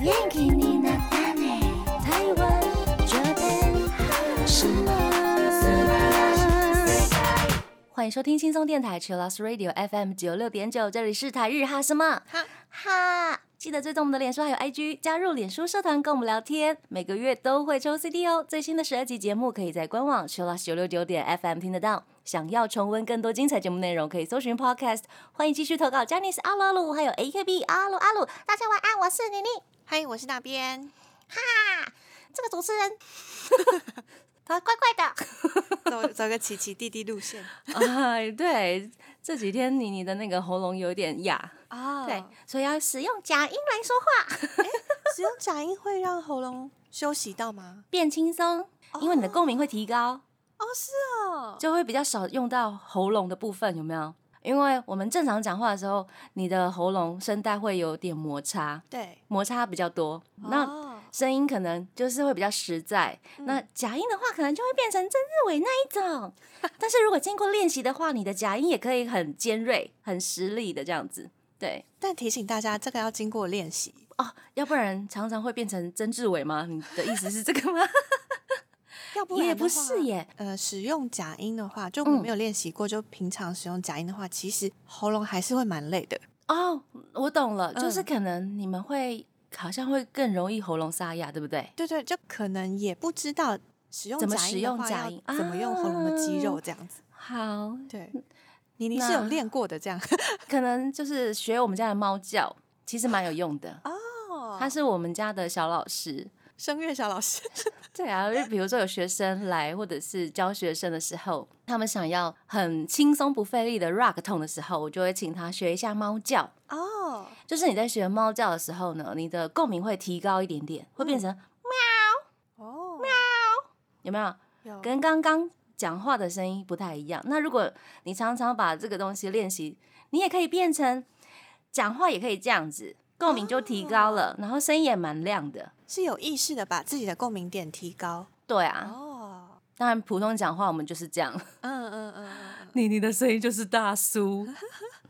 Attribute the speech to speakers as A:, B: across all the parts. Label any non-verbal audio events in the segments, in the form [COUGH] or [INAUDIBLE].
A: 元気になったね台湾这边什么？
B: 欢迎收听轻松电台 Chillus Radio FM 九六点九，这里是台日哈什么
C: 哈
B: 哈，记得追踪我们的脸书还有 IG，加入脸书社团跟我们聊天，每个月都会抽 CD 哦。最新的十二集节目可以在官网 Chillus 九六九点 FM 听得到。想要重温更多精彩节目内容，可以搜寻 Podcast。欢迎继续投稿 j a n i c e 阿鲁阿鲁，还有 AKB 阿鲁阿鲁。大家晚安，我是妮妮。
C: 嗨，我是那边，
B: 这个主持人，他怪怪的。
C: 走走个奇奇弟弟路线
B: [LAUGHS] 哎，对，这几天妮妮的那个喉咙有点哑，
C: 啊
B: 对，所以要使用假音来说话，
C: 使用假音会让喉咙休息到吗？
B: 变轻松，因为你的共鸣会提高，
C: 哦，是哦，
B: 就会比较少用到喉咙的部分，有没有？因为我们正常讲话的时候，你的喉咙声带会有点摩擦，
C: 对，
B: 摩擦比较多，那
C: 哦嗯
B: 声音可能就是会比较实在。那假音的话，可能就会变成曾志伟那一种。但是如果经过练习的话，你的假音也可以很尖锐、很实力的这样子，对。
C: 但提醒大家，这个要经过练习。
B: 哦，要不然常常会变成曾志伟吗？你的意思是这个吗？ [LAUGHS]
C: 要 [LAUGHS] 不然
B: 也
C: 的
B: 不
C: 话
B: 是。耶，
C: 呃，使用假音的话，就我们
B: 嗯
C: 没有练习过，就平常使用假音的话，其实喉咙还是会蛮累的。
B: 哦，我懂了，就是
C: 嗯
B: 可能你们会好像会更容易喉咙沙哑，对不对？
C: 对对，就可能也不知道使用
B: 怎么
C: 假
B: 使
C: 音的
B: 用
C: 话
B: 假
C: 要
B: 音
C: 怎么用喉咙的肌肉
B: 啊
C: 这样子。
B: 好，
C: 对，你你是
B: 那
C: 有练过的这样
B: 可能就是学我们家的猫叫，其实蛮有用的。
C: 哦
B: 他是我们家的小老师，
C: 声乐小老师
B: 对啊，就比如说有学生来，或者是教学生的时候，他们想要很轻松不费力的 rock 痛的时候，我就会请他学一下猫叫。
C: 哦，
B: 就是你在学猫叫的时候呢，你的共鸣会提高一点点，会变成、
C: 哦，
B: 有没有？
C: 有
B: 跟刚刚讲话的声音不太一样。那如果你常常把这个东西练习，你也可以变成讲话也可以这样子，共鸣就提高了，然后声音也蛮亮的。
C: 是有意识的把自己的共鸣点提高。
B: 对啊，
C: 哦，
B: 当然普通讲话我们就是这样。
C: 嗯嗯嗯嗯，
B: [LAUGHS] 你你的声音就是大叔，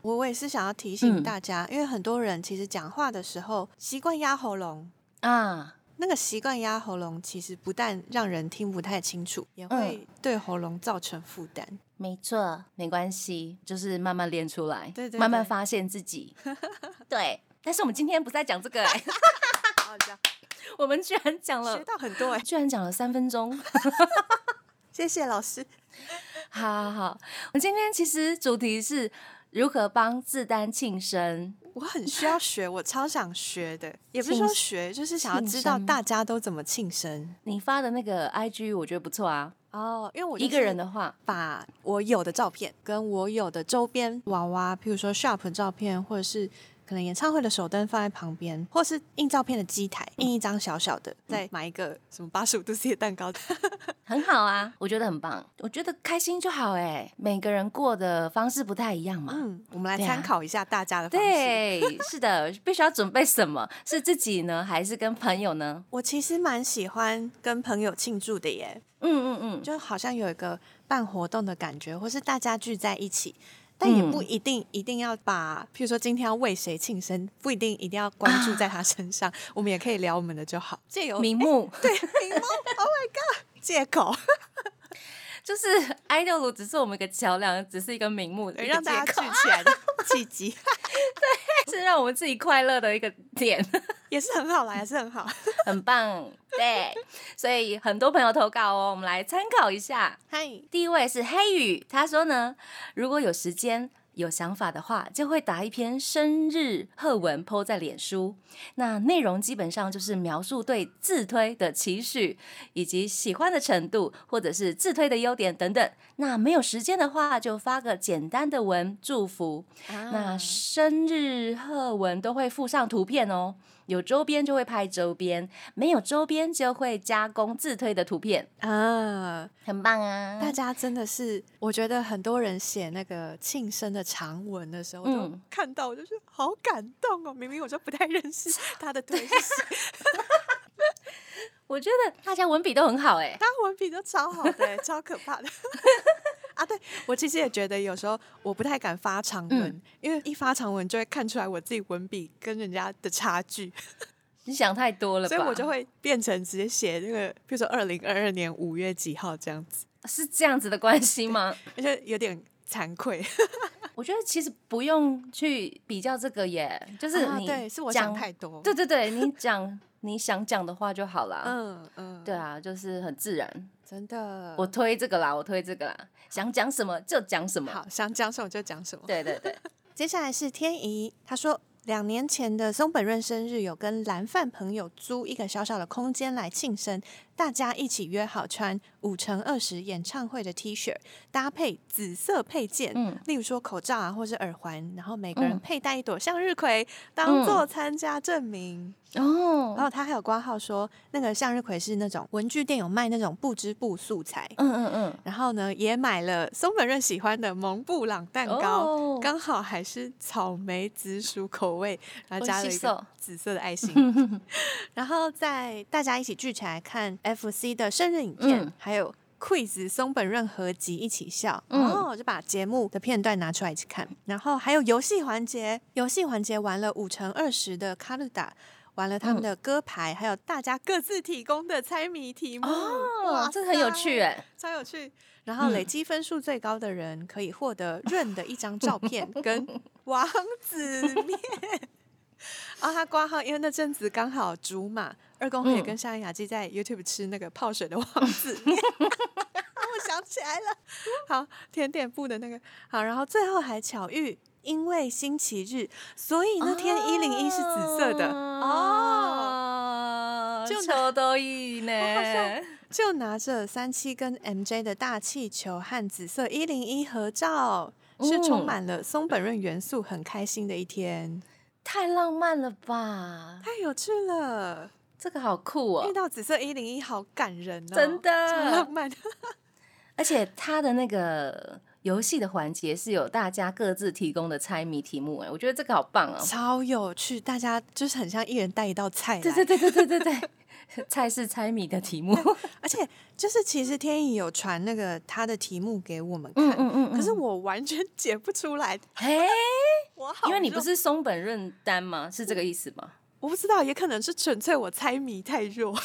C: 我我也是想要提
B: 嗯
C: 醒大家，因为很多人其实讲话的时候习惯压喉咙。
B: [LAUGHS] 啊，
C: 那个习惯压喉咙，其实不但让人听不太清楚，也会对喉咙造成负担。
B: 没错，没关系，就是慢慢练出来，
C: 对对对
B: 慢慢发现自己。 [LAUGHS] 对，但是我们今天不是在讲这个、欸， [LAUGHS]
C: 好这样
B: 我们居然讲了
C: 学到很多哎、
B: 居然讲了三分
C: [LAUGHS]
B: 钟，[LAUGHS]
C: 谢谢老师。
B: 好好好，我今天其实主题是如何帮自丹庆生，
C: 我很需要学，我超想学的，也不是
B: 庆
C: 说学，就是想要
B: 庆
C: 知道
B: 生
C: 大家都怎么庆生
B: 你发的那个 IG 我觉得不错啊，
C: 哦。因为我
B: 一
C: 就
B: 个
C: 是
B: 人的话，
C: 把我有的照片跟我有的周边娃娃，譬如说 shop 的照片，或者是可能演唱会的手灯放在旁边，或是印照片的机台，
B: 嗯
C: 印一张小小的，再买一个什么八十五度 C 的蛋
B: [LAUGHS]
C: 糕。
B: 很好啊，我觉得很棒，我觉得开心就好哎、每个人过的方式不太一样嘛。
C: 嗯，我们来
B: 对啊
C: 参考一下大家的方式。
B: 嗯对，是的，必须要准备什么？是自己呢，还是跟朋友呢？
C: 我其实蛮喜欢跟朋友庆祝的耶，
B: 嗯嗯嗯，
C: 就好像有一个办活动的感觉，或是大家聚在一起。但也不
B: 嗯
C: 一定一定要把，譬如说今天要为谁庆生，不一定一定要关注在他身
B: [LAUGHS]
C: 上，我们也可以聊我们的就好。借由
B: 名目、
C: 对，屏幕，Oh my god，借口
B: [LAUGHS] 就是 idol 只是我们一个桥梁，只是一个名目，一个
C: 让大家
B: 借口
C: 聚起 [LAUGHS] 来的契机，
B: 是让我们自己快乐的一个 [LAUGHS] 点。
C: 也是很好啦，也是很好。
B: 很棒，对，所以很多朋友投稿哦，我们来参考一下。
C: 嗨，
B: 第一位是黑雨，他说呢，如果有时间。有想法的话，就会打一篇生日贺文 PO 在脸书。那内容基本上就是描述对自推的期许，以及喜欢的程度，或者是自推的优点等等。那没有时间的话，就发个简单的文祝福。那生日贺文都会附上图片哦，有周边就会拍周边，没有周边就会加工自推的图片，
C: 啊，
B: 很棒啊！
C: 大家真的是，我觉得很多人写那个庆生的长文的时候，我都
B: 嗯
C: 看到我就是好感动哦。明明我就不太认 [LAUGHS] 识他的推是谁，
B: 我觉得大家文笔都很好哎、
C: 他文笔都超好 [LAUGHS] 的欸，超可怕的。啊，对我其实也觉得有时候我不太敢发嗯长文，因为一发长文就会看出来我自己文笔跟人家的差距。
B: 你想太多了吧？
C: 所以我就会变成直接写那个，比如说二零二二年五月几号这样子，
B: 是这样子的关系吗？
C: 而且有点惭 [LAUGHS] 愧。
B: 我觉得其实不用去比较这个耶，就是
C: 啊
B: 你
C: 对，是我
B: 讲
C: 想太多。
B: 对对对，你讲 [LAUGHS] 你想讲的话就好啦。
C: 嗯嗯，
B: 对，啊，就是很自然。
C: 真的。
B: 我推这个啦，我推这个啦，想讲什么就讲什么。
C: 好想讲什么就讲什么。
B: 对对
C: [LAUGHS]
B: 对，
C: 接下来是天怡，她说两年前的松本润生日，有跟蓝饭朋友租一个小小的空间来庆生，大家一起约好穿五乘二十演唱会的 T 恤，搭配紫色配件，
B: 嗯
C: 例如说口罩啊或是耳环，然后每个人
B: 嗯
C: 佩戴一朵向日葵，当做参加证明。然
B: 哦，
C: 后他还有挂号说，那个向日葵是那种文具店有卖那种布织布素材。
B: 嗯嗯嗯，
C: 然后呢，也买了松本润喜欢的蒙布朗蛋糕，
B: 哦
C: 刚好还是草莓紫薯口味，然后加了一
B: 美味し
C: 个
B: そう
C: 紫色的爱
B: [LAUGHS]
C: 心。然后在大家一起聚起来看 FC 的生日影片，
B: 嗯
C: 还有 Quiz 松本润合集一起笑，
B: 嗯
C: 然后我就把节目的片段拿出来一起看。然后还有游戏环节，游戏环节玩了五乘二十的卡路达。玩了
B: 嗯
C: 他们的歌牌，还有大家各自提供的猜谜题目，
B: 哦，这个很有趣
C: 哎。
B: 哎，
C: 超有趣。然后累积分数最高的人可以获得润的一张照片跟王子面。然后他挂号，因为那阵子刚好竹马二宫可以
B: 嗯
C: 跟山雅纪在 YouTube 吃那个泡水的王子面。 [LAUGHS] 我想起来了，好甜点部的那个好，然后最后还巧遇，因为星期日，所以那天一零一是紫色的哦。
B: 哦
C: 就
B: 就
C: 拿
B: 抽都一呢，
C: 就拿着三七跟 MJ 的大气球和紫色一零一合照，是充
B: 嗯
C: 满了松本润元素，很开心的一天，
B: 太浪漫了吧？
C: 太有趣了！
B: 这个好酷
C: 遇
B: 哦，
C: 到紫色一零一，好感人哦，
B: 真的
C: 超浪漫。
B: 而且它的那个。游戏的环节是有大家各自提供的猜谜题目，哎，我觉得这个好棒哦！
C: 超有趣，大家就是很像一人带一道菜来，
B: 对对对对对对 [LAUGHS] 对，菜是猜谜的题目。
C: 而且就是其实天意有传那个他的题目给我们看，
B: 嗯嗯嗯，
C: 可是我完全解不出来，
B: 嘿，
C: 我好
B: 因为你
C: 弱
B: 不是松本润丹吗？是这个意思吗？
C: 我不知道，也可能是纯粹我猜谜太弱。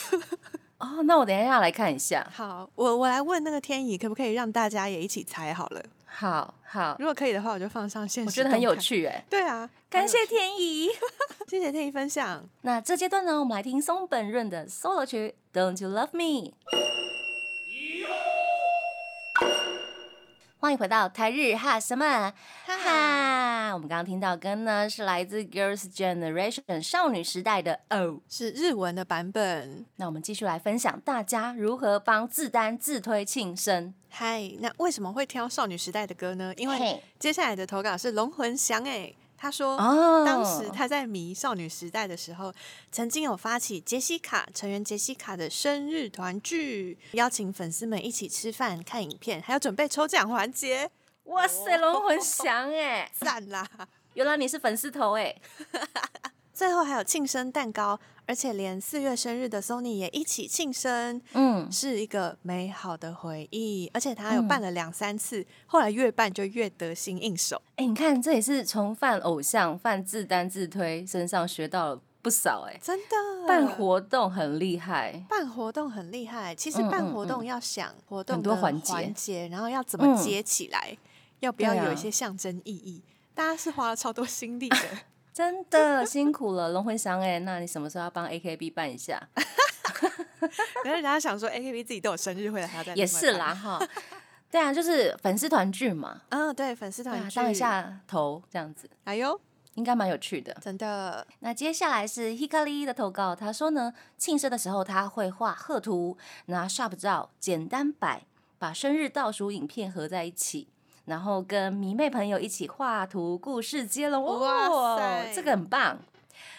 B: 哦，那我等一下来看一下。
C: 好，我我来问那个天怡，可不可以让大家也一起猜好了？
B: 好好
C: 如，果可以的话，我就放上现实。
B: 我觉得很有。趣哎，
C: 对啊，
B: 感谢天怡。
C: 谢谢天怡分享。
B: 那这阶段呢，我们来听松本润的 solo 曲《Don't You Love Me》。欢迎回到台日哈什么哈？我们刚刚听到的歌呢，是来自 Girls Generation 少女时代的《哦》。
C: 是日文的版本。
B: 那我们继续来分享大家如何帮自单自推庆生。
C: 嗨，那为什么会挑少女时代的歌呢？因为
B: 嘿
C: 接下来的投稿是龙魂翔哎、他说。
B: 哦
C: 当时他在迷少女时代的时候，曾经有发起杰西卡成员杰西卡的生日团聚，邀请粉丝们一起吃饭、看影片，还有准备抽奖环节，
B: 哦哇塞，龙魂翔哎，
C: 赞啦！
B: 原来你是粉丝头哎，
C: 最后还有庆生蛋糕，而且连四月生日的 Sony 也一起庆生，
B: 嗯，
C: 是一个美好的回忆。而且他有
B: 嗯
C: 办了两三次，后来越办就越得心应手。
B: 哎、你看这也是从犯偶像、犯自单自推身上学到了不少哎，
C: 真的，
B: 办活动很厉害，
C: 办活动很厉害。其实
B: 嗯
C: 办
B: 嗯
C: 活动要想活动
B: 很多
C: 的
B: 环节
C: 节，然后要怎么
B: 嗯
C: 接起来，要不要
B: 对啊
C: 有一些象征意义？大家是花了超多心力
B: [LAUGHS]
C: 的。
B: 真的辛苦了，龙魂翔哎，那你什么时候要帮 AKB 办一下？
C: 可是人家想说，A K B 自己都有生日会了，还要再
B: 也
C: 另外
B: 是
C: 办
B: 啦。哈，对啊，就是粉丝团聚嘛，
C: 嗯，对，粉丝 [LAUGHS]
B: 对
C: 团
B: 啊，
C: 聚
B: 当一，下头这样子，
C: 哎呦，
B: 应该蛮有趣的。
C: 真
B: [LAUGHS]
C: 的，
B: 那接下来是 Hikari 的投稿，他说呢，庆生的时候他会画贺图，拿 Sharp 照简单摆，把生日倒数影片合在一起，然后跟迷妹朋友一起画图，故事接龙。
C: 哇塞
B: 哦，这个很棒。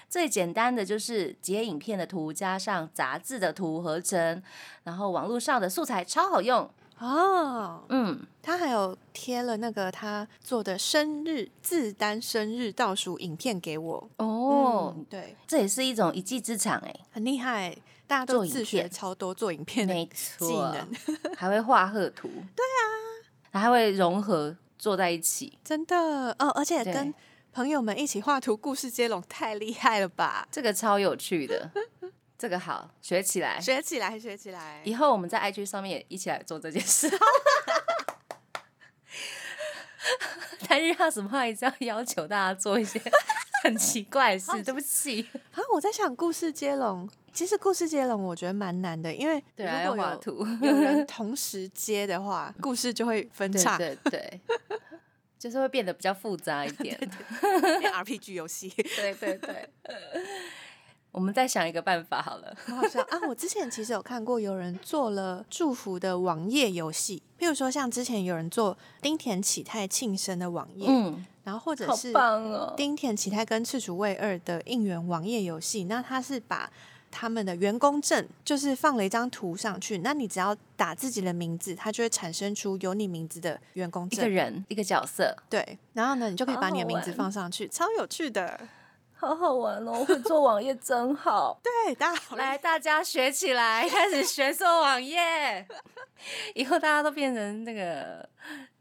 B: 最简单的就是截影片的图加上杂志的图合成，然后网络上的素材超好用。
C: 哦，
B: 嗯，
C: 他还有贴了那个他做的生日自单生日倒数影片给我。
B: 哦，
C: 嗯对，
B: 这也是一种一技之长哎、
C: 很厉害，大家都
B: 做影
C: 自学
B: 片
C: 超多做影片的
B: [LAUGHS] 没
C: 技
B: 错，
C: 能，
B: [LAUGHS] 还会画贺图。对啊，还会融合坐在一起。
C: 真的哦，而且
B: 对
C: 跟朋友们一起画图，故事接龙，太厉害了吧！
B: 这个超有趣 [LAUGHS] 的，这个好学起来。
C: 学起来，学起来。
B: 以后我们在 IG 上面也一起来做这件 [LAUGHS] 事。但是他什么话一直要要求大家做一些很奇怪 [LAUGHS] 的事，对不起。
C: 啊，我在想故事接龙，其实故事接龙我觉得蛮难的，因为
B: 对啊，
C: 如
B: 要
C: 果
B: 画
C: 有
B: 图。
C: 有人同时接的话，故事就会分
B: 对
C: 叉，
B: 对对，就是会变得比较复杂一点。
C: [LAUGHS] 变 RPG 游戏。
B: [LAUGHS] 对对对。 [LAUGHS] 我们再想一个办法好了。
C: 很好笑啊！我之前其实有看过有人做了祝福的网页游戏，譬如说像之前有人做丁田启泰庆生的网页，
B: 嗯，
C: 然后或者
B: 好
C: 是
B: 棒哦！
C: 丁田启泰跟赤楚卫二的应援网页游戏，那他是把他们的员工证就是放了一张图上去，那你只要打自己的名字，它就会产生出有你名字的员工
B: 一个
C: 证。
B: 人哦一个角色，
C: 对，然后呢，你就可以把你的
B: 好好
C: 名字
B: 玩
C: 放上去，超有趣的。
B: 好好玩哦！会做网页真 [LAUGHS] 好。
C: 对，大家好厉害，
B: 来，大家学起来，开始学做网页， [LAUGHS] 以后大家都变成那个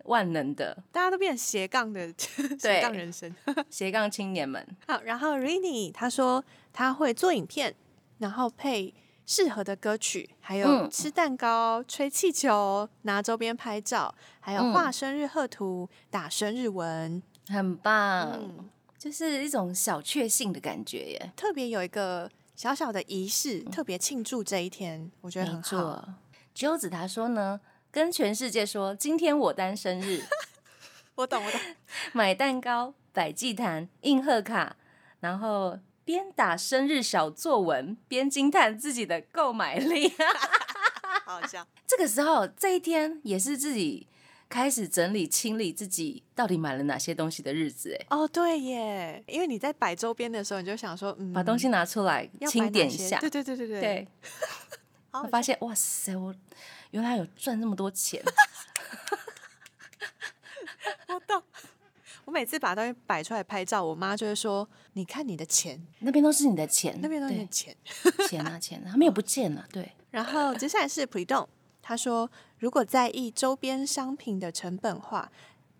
B: 万能的
C: 大家都变斜杠的 [LAUGHS] 斜
B: 对
C: 杠人生。
B: 斜杠青年们。
C: 好，然后 Rini 他说他会做影片，然后配适合的歌曲，还有
B: 嗯
C: 吃蛋糕、吹气球、拿周边拍照，还有
B: 嗯
C: 画生日贺图、打生日文。
B: 很棒，
C: 嗯，
B: 就是一种小确幸的感觉耶。
C: 特别有一个小小的仪式，特别庆祝这一天，我觉得
B: 嗯没
C: 很好。
B: 错，鸠子他说呢，跟全世界说，今天我单生日，
C: 我懂，我
B: [LAUGHS]
C: 懂。
B: 买蛋糕、摆祭坛、印贺卡，然后边打生日小作文，边惊叹自己的购买力。
C: 好笑。
B: 这个时候，这一天也是自己开始整理、清理自己到底买了哪些东西的日子，哎，
C: 哦，对耶，因为你在摆周边的时候，你就想说，嗯，
B: 把东西拿出来
C: 要摆
B: 清点
C: 哪
B: 一
C: 些
B: 下，
C: 对对对对对，
B: [LAUGHS] 对，
C: 好
B: 我
C: 好
B: 发现哇塞，我原来有赚这么多钱，
C: 我懂。我每次把东西摆出来拍照，我妈就会说：“你看你的钱，
B: 那边都是你的钱，
C: 那边都是你的
B: 对
C: 钱。
B: 钱啊钱啊，他们也不见了，对，”
C: 然后接下来是 p r e d o n 他说：“如果在意周边商品的成本化，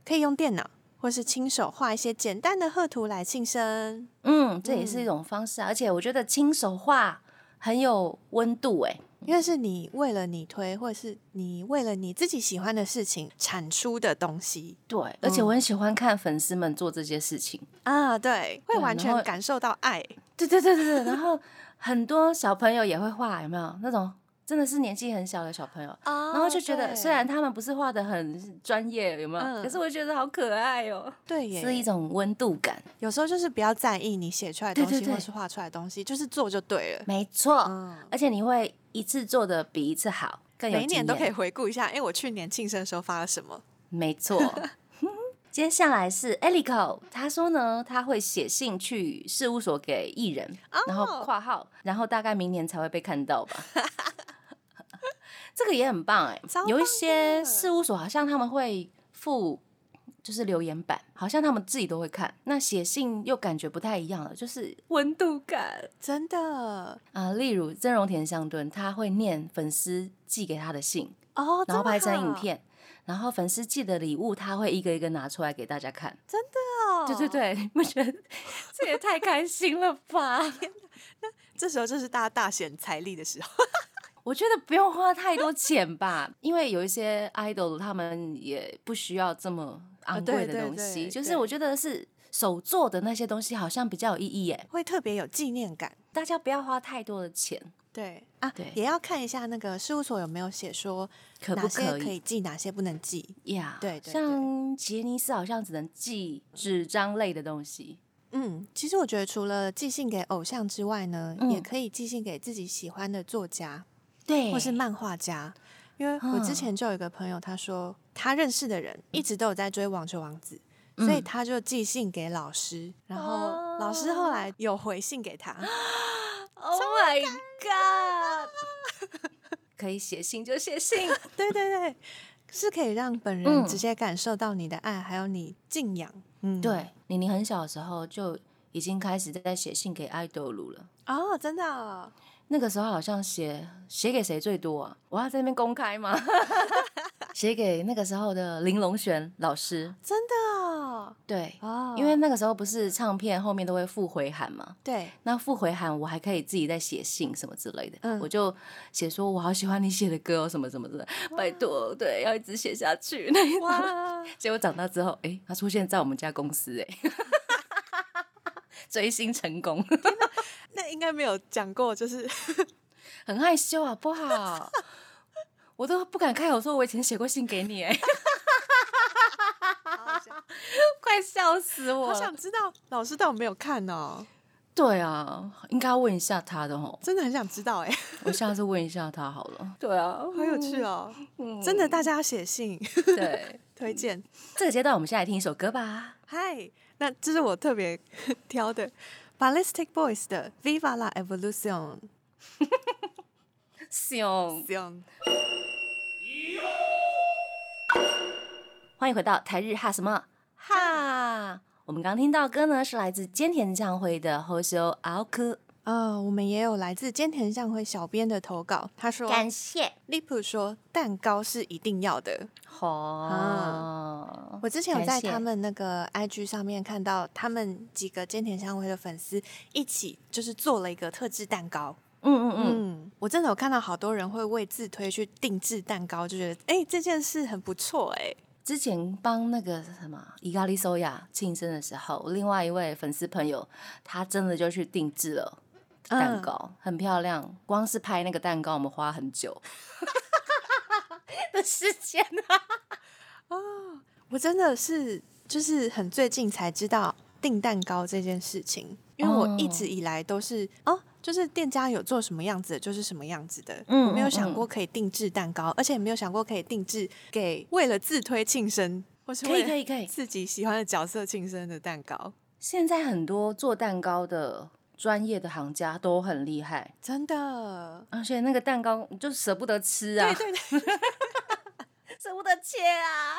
C: 可以用电脑或是亲手画一些简单的贺图来庆生。
B: 嗯，这也是一种方式啊，而且我觉得亲手画很有温度，哎，
C: 因为是你为了你推，或者是你为了你自己喜欢的事情产出的东西
B: 对，而且
C: 嗯
B: 我很喜欢看粉丝们做这些事情。
C: 啊，对，会
B: 对
C: 完
B: 然
C: 全
B: 后
C: 感受到爱。
B: 对对对对对，然后很多小朋友也会画，有没有那种真的是年纪很小的小朋友？
C: 然
B: 然后就觉得虽然他们不是画的很专业，有没有？
C: 嗯
B: 可是我觉得好可爱哦、
C: 啊对耶，
B: 是一种温度感。
C: 有时候就是不要在意你写出来的
B: 对
C: 东西
B: 对对
C: 或是画出来的东西，就是做就对了。
B: 没错，
C: 嗯，
B: 而且你会一次做的比一次好，更有
C: 每一年
B: 经
C: 都可以
B: 验。
C: 回顾一下，哎、我去年庆生的时候发了什么？
B: 没错。 [LAUGHS] 接下来是 Elico，他说呢，他会写信去事务所给艺人，然
C: 哦
B: 后括号，然后大概明年才会被看到 [LAUGHS] 吧。这个也很棒哎、
C: 超棒的
B: 有一些事务所好像他们会附就是留言板，好像他们自己都会看。那写信又感觉不太一样了，就是温度感
C: 真的
B: 啊、例如真荣田香敦，他会念粉丝寄给他的信，
C: 哦，
B: 然
C: 这么
B: 后拍成
C: 好
B: 影，片，然后粉丝寄的礼物，他会一个一个拿出来给大家看。
C: 哦
B: 对对，对，你不觉得 [LAUGHS] 这也太开心了吧？
C: 这时候就是大家大显财力的时候。
B: 我觉得不用花太多钱吧，因为有一些 idol 他们也不需要这么昂
C: 啊对
B: 贵的
C: 对
B: 东
C: 对
B: 西，就
C: 对
B: 是我觉得是手做的那些东西好像比较有意义耶。
C: 会特别有纪念感。
B: 大家不要花太多的钱，
C: 对啊
B: 对
C: 也要看一下那个事务所有没有写说
B: 可
C: 哪
B: 不
C: 些
B: 可
C: 可
B: 以？
C: 以寄，哪些不能寄。
B: 呀
C: 对对对
B: 像杰尼斯好像只能寄纸张类的东西，
C: 嗯，其实我觉得除了寄信给偶像之外呢，也
B: 嗯
C: 可以寄信给自己喜欢的作家。
B: 对
C: 或是漫画家。因为我之
B: 嗯
C: 前就有一个朋友，他说他认识的人一直都有在追《网球王子》，所以
B: 嗯哦
C: 他就寄信给老师，然后老师后来有回信给他。
B: Oh my god！可 [LAUGHS] 以写信就
C: [LAUGHS]
B: 写信，
C: 对对对，是可以让本人直
B: 嗯
C: 接感受到你的爱，还有你敬仰。嗯，
B: 对，妮妮很小的时候就已经开始在写信给爱豆鲁了。
C: 哦，真的哦、
B: 那个时候好像写写给谁最多啊？我要在那边公开吗？写给那个时候的林隆璇老师。
C: 真的哦，
B: 对，
C: 哦
B: 因为那个时候不是唱片后面都会附回函嘛， [LAUGHS]
C: 对，
B: 那附回函我还可以自己再写信什么之类的，
C: 嗯
B: 我就写说我好喜欢你写的歌、哦、什么什么之类的，拜托，对，要一直写下去那一种。
C: 哇，
B: [LAUGHS] 结果长大之后，哎、他出现在我们家公司、哎， [LAUGHS] 追星成功，
C: [LAUGHS] 那应该没有讲过，就是
B: 很害羞好不好？我都不敢开口说，我以前写过信给你、哎， [LAUGHS] 快笑死我
C: 好
B: 了
C: 想。知道老师到底有没有看哦，
B: 对啊，应该要问一下他的吼，
C: 真的很想知道哎、
B: 我下次问一下他好了。 [LAUGHS] 对啊，
C: 好有趣哦，
B: 嗯
C: 真的大家要写信
B: 对。
C: 推荐。
B: 这个阶段，我们先来听一首歌吧。
C: 嗨，那这是我特别 [LAUGHS] 挑的 Ballistic Boys 的 Viva la Evolution。
B: 行。欢迎回到台日哈什么哈。我们刚听到的歌呢，是来自菅田将晖的《后修奥克
C: 呃，我们也有来自菅田将晖小编的投稿，他》，说
B: 感谢。
C: ，Lip 说蛋糕是一定要的。
B: 好、嗯
C: 啊我之前有
B: 感
C: 在
B: 谢
C: 他们那个 IG 上面看到，他们几个菅田将晖的粉丝一起就是做了一个特制蛋糕。
B: 嗯嗯嗯，
C: 嗯，我真的有看到好多人会为自推去定制蛋糕，就觉得哎、这件事很不错哎、
B: 之前帮那个什么伊咖喱索亚庆生的时候，另外一位粉丝朋友，他真的就去定制了。蛋糕、很漂亮，光是拍那个蛋糕，我们花很久的时间啊。
C: 我真的是就是很最近才知道订蛋糕这件事情，因为我一直以来都是哦就是店家有做什么样子的就是什么样子的，
B: 嗯
C: 我没有想
B: 嗯
C: 过可以定制蛋糕，而且也没有想过可以定制给为了自推庆生或是
B: 可以可
C: 为
B: 以
C: 了
B: 可以，
C: 自己喜欢的角色庆生的蛋糕，
B: 现在很多做蛋糕的专业的行家都很厉害，
C: 真的。
B: 而且那个蛋糕你就舍不得吃啊
C: 对，对对，
B: [LAUGHS] 舍不得切啊。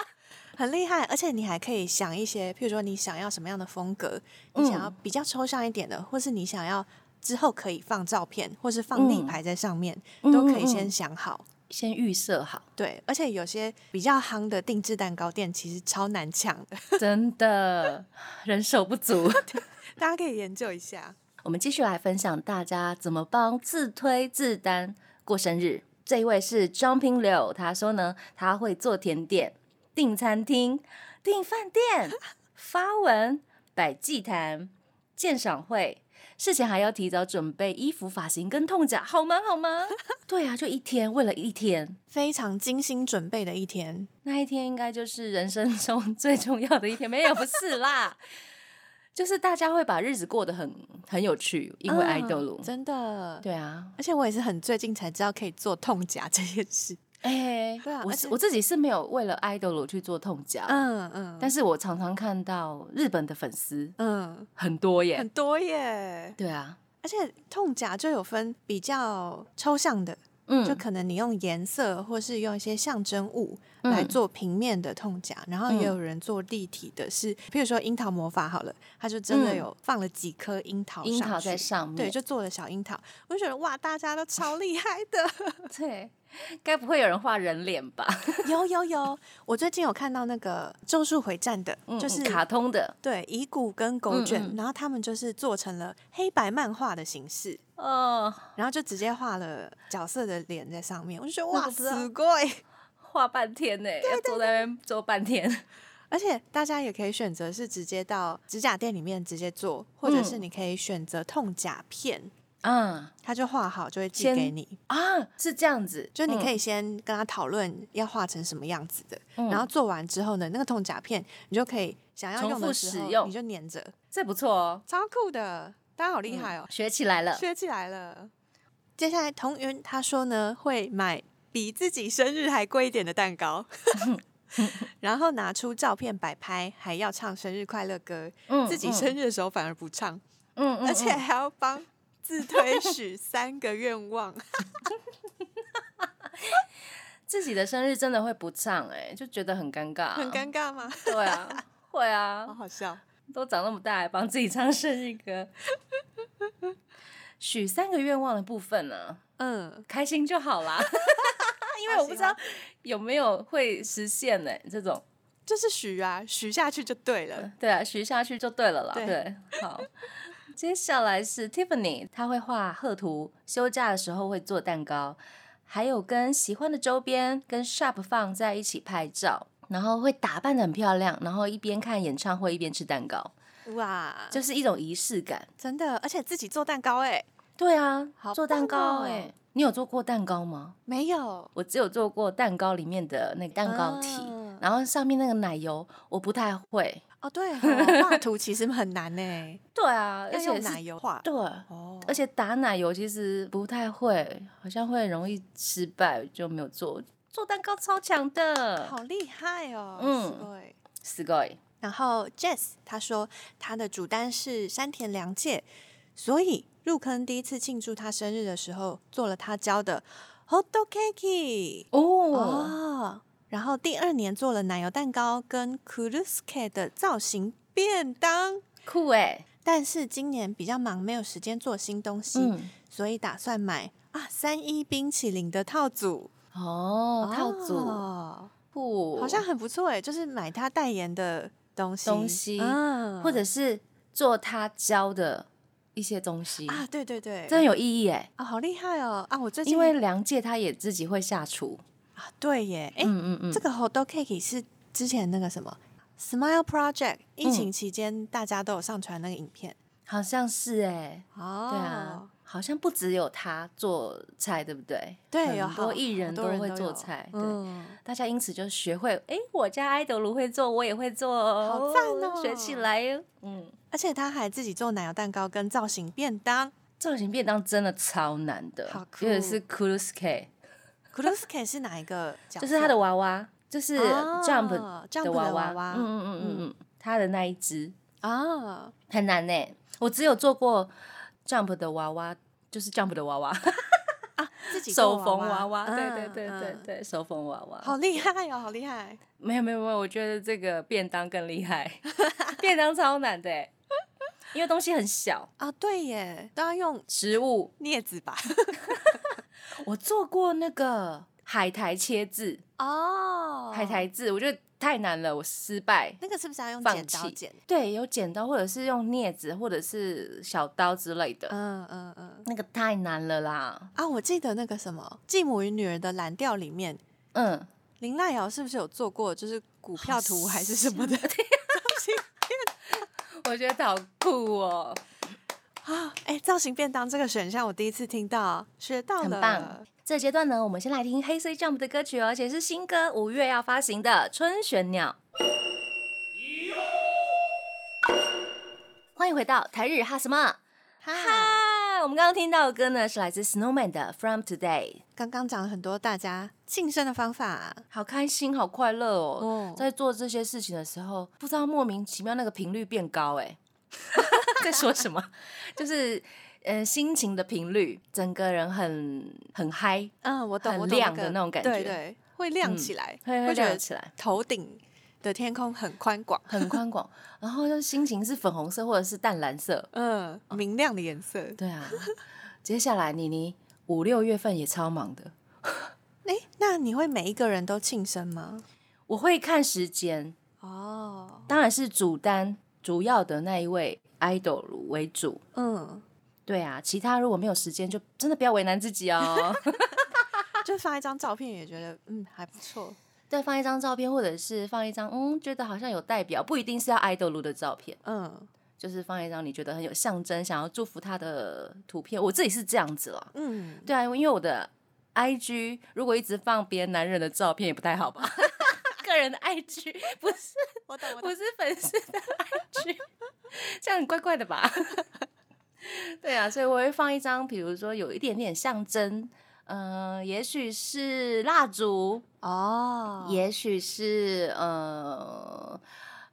C: 很厉害，而且你还可以想一些，譬如说你想要什么样的风格，
B: 嗯
C: 你想要比较抽象一点的，或是你想要之后可以放照片，或是放立牌在上面，
B: 嗯
C: 都可以
B: 嗯嗯
C: 先想好。
B: 先预设好，
C: 对，而且有些比较夯的定制蛋糕店其实超难抢的， [LAUGHS]
B: 真的人手不足。
C: 大家可以研究一下。
B: 我们继续来分享大家怎么帮自推自单过生日。这一位是 Jumping Liu，他说呢，他会做甜点、订餐厅、订饭店、发文、摆祭坛、鉴赏会。事前还要提早准备衣服、发型跟痛甲，好忙好忙。对啊，就一天，为了一天，
C: 非常精心准备的一天，
B: 那一天应该就是人生中 [LAUGHS] 最重要的一天，没有不是啦， [LAUGHS] 就是大家会把日子过得很很有趣，因为
C: 嗯
B: 爱豆鲁，
C: 真的。
B: 对啊，
C: 而且我也是很最近才知道可以做痛夹这件事。
B: 哎、
C: 对啊
B: 我
C: 而
B: 是
C: 且
B: 我自己是没有为了爱豆鲁去做痛脚，
C: 嗯嗯，
B: 但是我常常看到日本的粉丝
C: 嗯
B: 很多耶
C: 很，多耶。
B: 对啊，
C: 而且痛夹就有分比较抽象的，就
B: 嗯，
C: 可能你用颜色或是用一些象征物
B: 嗯
C: 来做平面的痛夹，然后
B: 嗯
C: 也有人做立体的是，比如说樱桃魔法好了，它就真的
B: 嗯
C: 有放了几颗樱桃
B: 樱桃
C: 上去
B: 在上面，
C: 对，就做了小樱桃，我就觉得哇，大家都超厉害
B: [LAUGHS]
C: 的。 [LAUGHS]
B: 对，该不会有人画人脸吧？
C: 有有有，我最近有看到那个《咒术回战》的，
B: 嗯
C: [LAUGHS] 就是
B: 卡通的，
C: 对乙骨跟狗卷，
B: 嗯嗯
C: 然后他们就是做成了黑白漫画的形式，
B: 哦，
C: 然后就直接画了角色的脸在上面，我就觉得
B: 那
C: 哇，
B: 个不知道
C: 死贵！
B: 画半天呢，要坐在那边坐半天，
C: [LAUGHS] 而且大家也可以选择是直接到指甲店里面直接做，或者是
B: 嗯
C: 你可以选择痛甲片，
B: 啊
C: 他就画好就会寄
B: 先
C: 给你。
B: 啊，是这样子，
C: 就你
B: 嗯
C: 可以先跟他讨论要画成什么样子的，
B: 嗯
C: 然后做完之后呢，那个痛甲片你就可以想要
B: 重
C: 用的
B: 复
C: 时
B: 使
C: 候
B: 用
C: 你就粘着，
B: 这不错哦，
C: 超酷的，大家好厉
B: 嗯
C: 害哦，
B: 学起来了。
C: 学起来了。接下来童云他说呢，会买比自己生日还贵一点的蛋糕， [LAUGHS] 然后拿出照片摆拍，还要唱生日快乐歌，
B: 嗯
C: 自己生日的时候反而不唱，
B: 嗯嗯
C: 而且还要帮自推许三个愿
B: [LAUGHS]
C: 望。
B: 自己的生日真的会不唱、哎，就觉得很尴尬，
C: 很尴尬吗？
B: 尬。
C: [LAUGHS]
B: 对啊，会 [LAUGHS]
C: 好
B: 啊，
C: 好笑。
B: 都长那么大还帮自己唱生日歌。许三个愿望的部分呢、
C: 嗯，
B: [LAUGHS] 开心就好啦，因因为我不知道有没有会实现呢、这种。
C: 就是许啊，许下去就对了。
B: 对啊，许下去就对了啦。
C: 对
B: 对，好。接下来是 Tiffany，她会画贺图，休假的时候会做蛋糕，还有跟喜欢的周边跟 shop 放在一起拍照，然后会打扮的很漂亮，然后一边看演唱会一边吃蛋糕，
C: 哇，
B: 就是一种仪式感。
C: 真的，而且自己做蛋糕哎、
B: 对啊，
C: 好
B: 做蛋
C: 棒哦
B: 糕哎、你有做过蛋糕吗？
C: 没有，
B: 我只有做过蛋糕里面的那个蛋糕体，
C: 啊
B: 然后上面那个奶油我不太会。
C: 哦，对哦，画图其实很难呢、
B: 对啊， [LAUGHS] 而
C: 要
B: 且
C: 用
B: 是
C: 奶油画。
B: 对，
C: 哦，
B: 而且打奶油其实不太会，好像会容易失败，就没有做。做蛋糕超强的，
C: 好厉害哦，
B: 嗯
C: 嗯，对。
B: すごい。
C: 然后 Jess 她说她的主单是山田凉介，所以入坑第一次庆祝她生日的时候，做了她教的 hot dog cake
B: 哦，
C: 哦，然后第二年做了奶油蛋糕跟 kurusuke 的造型便当，
B: 酷哎，
C: 但是今年比较忙，没有时间做新东西，
B: 嗯，
C: 所以打算买啊三一冰淇淋的套组
B: 哦，套组
C: 哦
B: 酷，
C: 好像很不错哎，就是买他代言的东西，
B: 东西
C: 嗯
B: 或者是做他教的一些东西，
C: 啊，对对对，
B: 真有意义哎。
C: 啊，好厉害哦！啊，我最近
B: 因为梁界他也自己会下厨，
C: 啊，对耶，哎、
B: 嗯嗯嗯，
C: 这个 hot dog cake 是之前那个什么 Smile Project 疫
B: 嗯
C: 情期间大家都有上传那个影片
B: 好像是哎，
C: 哦
B: 对啊，，好像不只有他做菜，对不对？
C: 对，有
B: 很
C: 好
B: 多艺人
C: 好
B: 都
C: 多人
B: 会
C: 有
B: 做菜，对。
C: 嗯，
B: 大家因此就学会，哎、我家爱豆卢会做，我也会做哦，
C: 好赞哦
B: 学起来哟，嗯，
C: 而且他还自己做奶油蛋糕跟造型便当
B: 造型便当真的超难的，
C: 好酷
B: 尤其是 k u r u s k
C: k u r u s k e 是哪一个角色？
B: 就是他的娃娃，就是
C: 哦
B: Jump
C: Jump
B: 的
C: 的
B: 娃
C: 娃
B: 娃
C: 娃，
B: 嗯嗯嗯嗯嗯，他的那一只
C: 啊，
B: 很难呢、我只有做过 Jump 的娃娃，就是 Jump 的娃娃，
C: 自己做
B: 手缝娃娃，对
C: 嗯
B: 对对对
C: 嗯
B: 对，手缝娃娃，
C: 好厉害哦，好厉害！
B: 没有没有没有，我觉得这个便当更厉 [LAUGHS] 害，便当超难的、欸，因为东西很小，
C: 啊，对耶，都要用
B: 食物。
C: 镊子吧？ [LAUGHS]
B: 我做过那个海苔切字，
C: 哦
B: 海苔字，我觉得太难了，我失败。
C: 那个是不是要用
B: 放
C: 剪刀
B: 弃
C: 剪？
B: 对，有剪刀或者是用镊子或者是小刀之类的，
C: 嗯嗯嗯。
B: 那个太难了啦。
C: 啊，我记得那个什么《继母与女儿》的蓝调里面，
B: 嗯，
C: 林奈瑶是不是有做过就是股票图还是什么的 [LAUGHS]
B: 我觉得好酷哦，
C: 啊？哎、造型便当这个选项我第一次听到，学到
B: 很
C: 了，
B: 棒。这阶段呢，我们先来听黑 C Jump 的歌曲哦，而且是新歌，五月要发行的《春玄鸟》。欢迎回到台日哈什么？
C: 哈，
B: 嗨，我们刚刚听到的歌呢，是来自 Snowman 的《From Today》。
C: 刚刚讲了很多大家庆生的方法，
B: 好开心，好快乐哦！
C: 哦
B: 在做这些事情的时候，不知道莫名其妙那个频率变高、哎， [LAUGHS] 在说什么？就是呃，心情的频率，整个人很很嗨，
C: 嗯，我懂，
B: 很
C: 我懂
B: 亮的
C: 个
B: 那种感觉
C: 对对，会亮起来，
B: 会会
C: 觉
B: 亮
C: 得
B: 起来，
C: 头顶的天空很宽广，
B: 很宽广，然后就心情是粉红色或者是淡蓝色。
C: 嗯，明亮的颜色。
B: 对啊，接下来妮妮五六月份也超忙的，
C: 哎、那你会每一个人都庆生吗？
B: 我会看时间，
C: 哦，
B: 当然是主单主要的那一位 idol 为主。
C: 嗯，
B: 对啊，其他如果没有时间，就真的不要为难自己哦。
C: [LAUGHS]
B: [LAUGHS]
C: 就发一张照片也觉得嗯还不错。
B: 对，放一张照片，或者是放一张，嗯，觉得好像有代表，不一定是要爱豆录的照片，
C: 嗯
B: 就是放一张你觉得很有象征，想要祝福他的图片。我自己是这样子啦。
C: 嗯，
B: 对啊，因为我的 IG 如果一直放别的男人的照片，也不太好吧。 [LAUGHS] 个人的 IG 不是
C: 我懂我
B: 不是粉丝的 IG，这样很怪怪的吧？ [LAUGHS] 对啊，所以我会放一张，比如说有一点点象征，嗯、也许是蜡烛，
C: 哦，
B: 也许是呃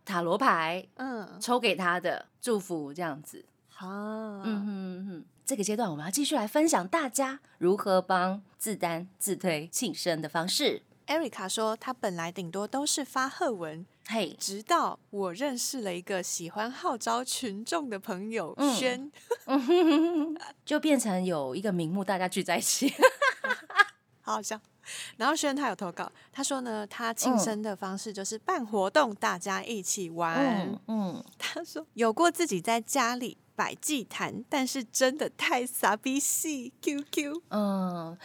B: 塔罗牌
C: 嗯
B: 抽给他的祝福这样子。
C: 好
B: 嗯
C: 嗯
B: 哼哼，这个阶段我们要继续来分享大家如何帮自单自推庆生的方式。
C: ，Erica 说她本来顶多都是发贺文，
B: 嘿，
C: 直到我认识了一个喜欢号召群众的朋友
B: 嗯
C: 轩，
B: 就变成有一个名目，大家聚在一起。
C: 好好笑。然后轩他有投稿，他说呢，他庆生的方式就是办活动，大家一起玩。
B: 嗯 [LAUGHS] 嗯，
C: 他说有过自己在家里摆祭坛，但是真的太傻逼戏 QQ。
B: 嗯，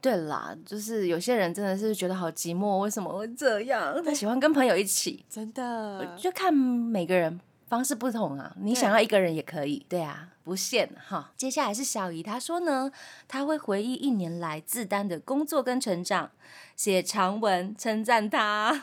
B: 对啦，就是有些人真的是觉得好寂寞，为什么会这样？他喜欢跟朋友一起，
C: 真的，
B: 就看每个人方式不同啊。你想要一个人也可以，对啊，不限哈。接下来是小姨，她说呢，她会回忆一年来自丹的工作跟成长，写长文称赞她。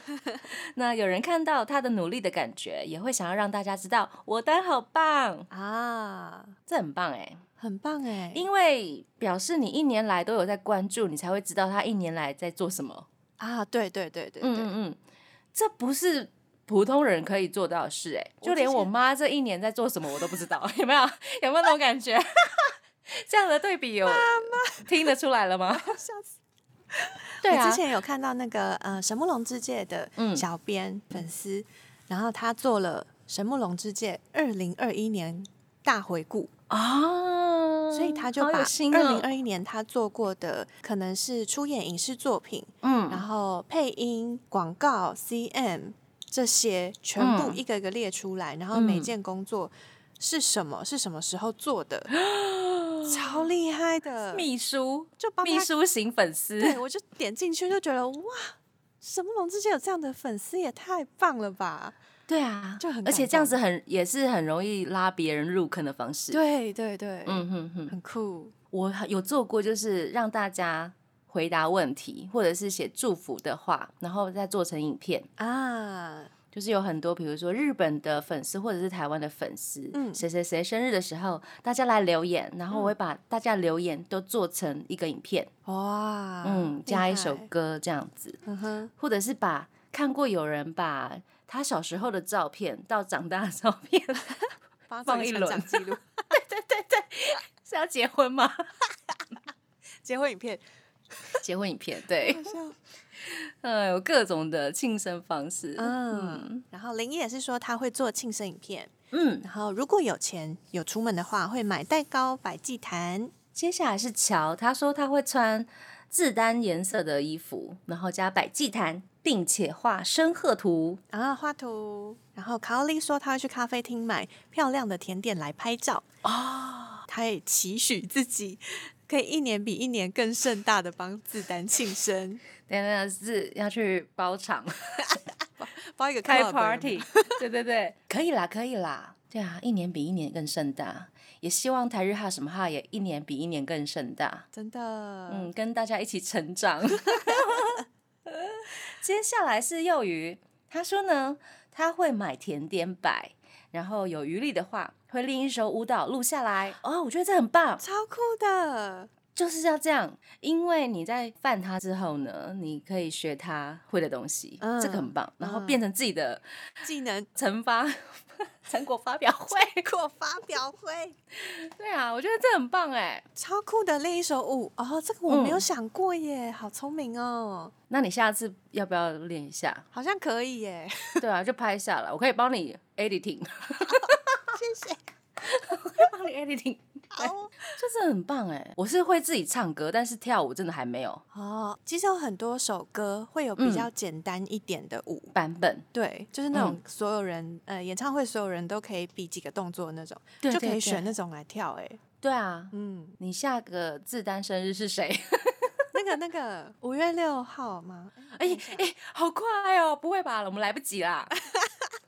B: 那有人看到她的努力的感觉，也会想要让大家知道我丹好棒，
C: 啊，
B: 这很棒哎、
C: 很棒哎、
B: 因为表示你一年来都有在关注，你才会知道他一年来在做什么。
C: 啊，对对对对对，
B: 嗯嗯嗯，这不是普通人可以做到的事、欸，哎，
C: 我
B: 就连
C: 之前
B: 我妈这一年在做什么我都不知道， [LAUGHS] 有没有？有没有那种感觉？ [LAUGHS] 这样的对比有听得出来了
C: [LAUGHS]
B: 吗？
C: 笑死。
B: 对
C: 我
B: 啊
C: 之，前有看到那个呃神木隆之介的
B: 嗯
C: 小编粉丝，然后他做了神木隆之介二零二一年大回顾，
B: 啊，
C: 所以他就
B: 好
C: 把
B: 有
C: 二
B: 心哦
C: 零二一年他做过的可能是出演影视作品，然
B: 嗯
C: 后配音、广告、CM 这些全部
B: 嗯
C: 一个一个列出来，然后每
B: 嗯
C: 件工作是什么，是什么时候做
B: [GASPS]
C: 的，超厉害的，
B: 秘书
C: 就帮
B: 秘
C: 他
B: 书型粉丝，
C: 对，我就点进去就觉得哇，神木隆之介有这样的粉丝也太棒了吧！
B: 对啊，
C: 就很
B: 而且
C: 感
B: 这样
C: 动
B: 子很也是很容易拉别人入坑的方式。，
C: 对对对，
B: 嗯哼哼。
C: 很酷
B: 我有做过，就是让大家回答问题，或者是写祝福的话，然后再做成影片。
C: 啊！
B: 就是有很多，比如说日本的粉丝或者是台湾的粉丝，
C: 嗯
B: 谁谁谁生日的时候，大家来留言，然后我会把大家留言都做成一个影片，
C: 哇，
B: 嗯，加
C: 啊厉
B: 一首
C: 害，
B: 歌这样子，
C: 嗯哼，
B: 或者是把看过有人把他小时候的照片到长大的照片， [LAUGHS]
C: 帮
B: 放
C: 放
B: 一
C: 一
B: 轮
C: 轮记录，
B: 是要结婚吗？ [LAUGHS]
C: 结婚影片，
B: 结婚影片，对， [LAUGHS]
C: 笑
B: 呃，有各种的庆生方式，
C: 嗯。然后林也是说他会做庆生影片，
B: 嗯，
C: 然后如果有钱有出门的话，会买蛋糕摆祭坛。
B: 接下来是乔，他说他会穿自单颜色的衣服，然后加摆祭坛，并且画深鹤图。
C: 然后画啊图，然后卡奥利说他会去咖啡厅买漂亮的甜点来拍照哦，他也期许自己可以一年比一年更盛大的帮自丹庆生，
B: 等等是要去包场
C: 包一个 club
B: 开
C: 有没有
B: party，对 [LAUGHS] 对对，可以啦，可以啦。对啊，一年比一年更盛大，也希望台日哈什么哈也一年比一年更盛大。
C: 真的，
B: 嗯，跟大家一起成长。 [LAUGHS] 接下来是幼鱼，他说呢，他会买甜点摆，然后有余力的话，会另一首舞蹈录下来。哦，我觉得这很棒，
C: 超酷的，
B: 就是要这样，因为你在犯他之后呢，你可以学他会的东西，
C: 嗯
B: 这个很棒，然后
C: 嗯
B: 变成自己的
C: 技能
B: 惩罚 [LAUGHS] 成果发表会。
C: 过发表会，
B: [LAUGHS] 对啊，我觉得这很棒哎。
C: 超酷的另一首舞哦，这个我没有
B: 嗯
C: 想过耶，好聪明哦，
B: 那你下次要不要练一下？
C: 好像可以
B: [LAUGHS]
C: 耶， [LAUGHS]
B: 对啊，就拍下来，我可以帮你 editing。
C: 谢
B: [LAUGHS]
C: 谢，
B: 帮你 editing，
C: 好哦。
B: 就是很棒哎、我是会自己唱歌，但是跳舞真的还没有
C: 哦，其实有很多首歌会有比
B: 嗯
C: 较简单一点的舞，
B: 版本，
C: 对，就是那种
B: 嗯
C: 所有人、呃演唱会所有人都可以比几个动作的那种，
B: 对
C: 就可
B: 对
C: 以选
B: 对
C: 那种来跳、哎，
B: 对啊。
C: 嗯，
B: 你下个自单生日是谁？ [LAUGHS]
C: 那个那个五月六号吗？
B: 哎哎，好快哦！不会吧，我们来不及啦，
C: 啊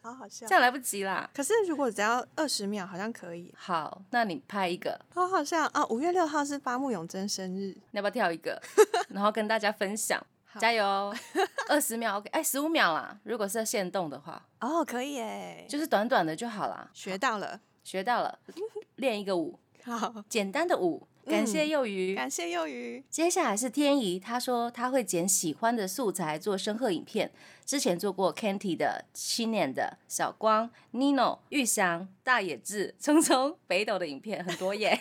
C: 好好笑
B: 这。样来不及啦。
C: 可是如果只要二十秒，好像可以，
B: 好，那你拍一个，
C: 好好笑啊！五月六号是八木永真生日，
B: 你要不要跳一个？然后跟大家分享，
C: [LAUGHS] 好
B: 加油哦！二十秒 OK，哎，十五秒啦。如果是限动的话，
C: 哦，可以哎、
B: 就是短短的就好啦。
C: 学到了，
B: 学到了，练一个舞， [LAUGHS]
C: 好，
B: 简单的舞。感谢
C: 嗯
B: 幼鱼，
C: 感谢幼鱼，
B: 接下来是天怡，她说她会剪喜欢的素材做深刻影片，之前做过 Kanty 的、七年的、小光、Nino、玉祥、大野智、聪聪、北斗的影片很多 [LAUGHS] 耶，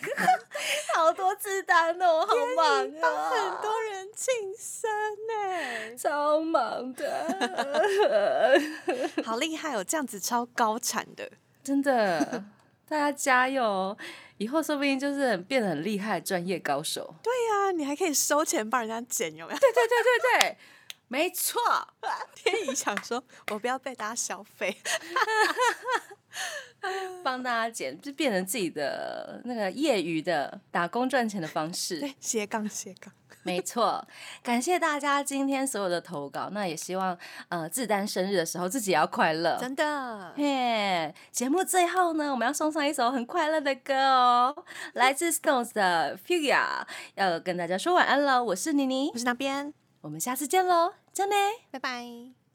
B: 好多字单哦，好忙啊，
C: 很多人庆生哎、
B: [LAUGHS] 超忙 [LAUGHS] 的，
C: 好厉害哦！这样子超高产的，
B: 真的，大家加油！哦以后说不定就是很变得很厉害，专业高手。
C: 对
B: 对
C: 呀、你还可以收钱帮人家剪，有没有？
B: 对对对对，没错。
C: 天怡想说，我不要被大家消费，
B: 帮大家剪，就变成自己的那个业余的打工赚钱的方式。
C: 对，斜杠斜杠，
B: 没错，感谢大家今天所有的投稿，那也希望呃自丹生日的时候自己也要快乐。
C: 真的
B: 嘿，节目最后呢，我们要送上一首很快乐的歌哦，来自 Stones 的 Fuga，要跟大家说晚安喽。我是妮妮
C: 不，是那边，
B: 我们下次见喽，真的。
C: 拜拜。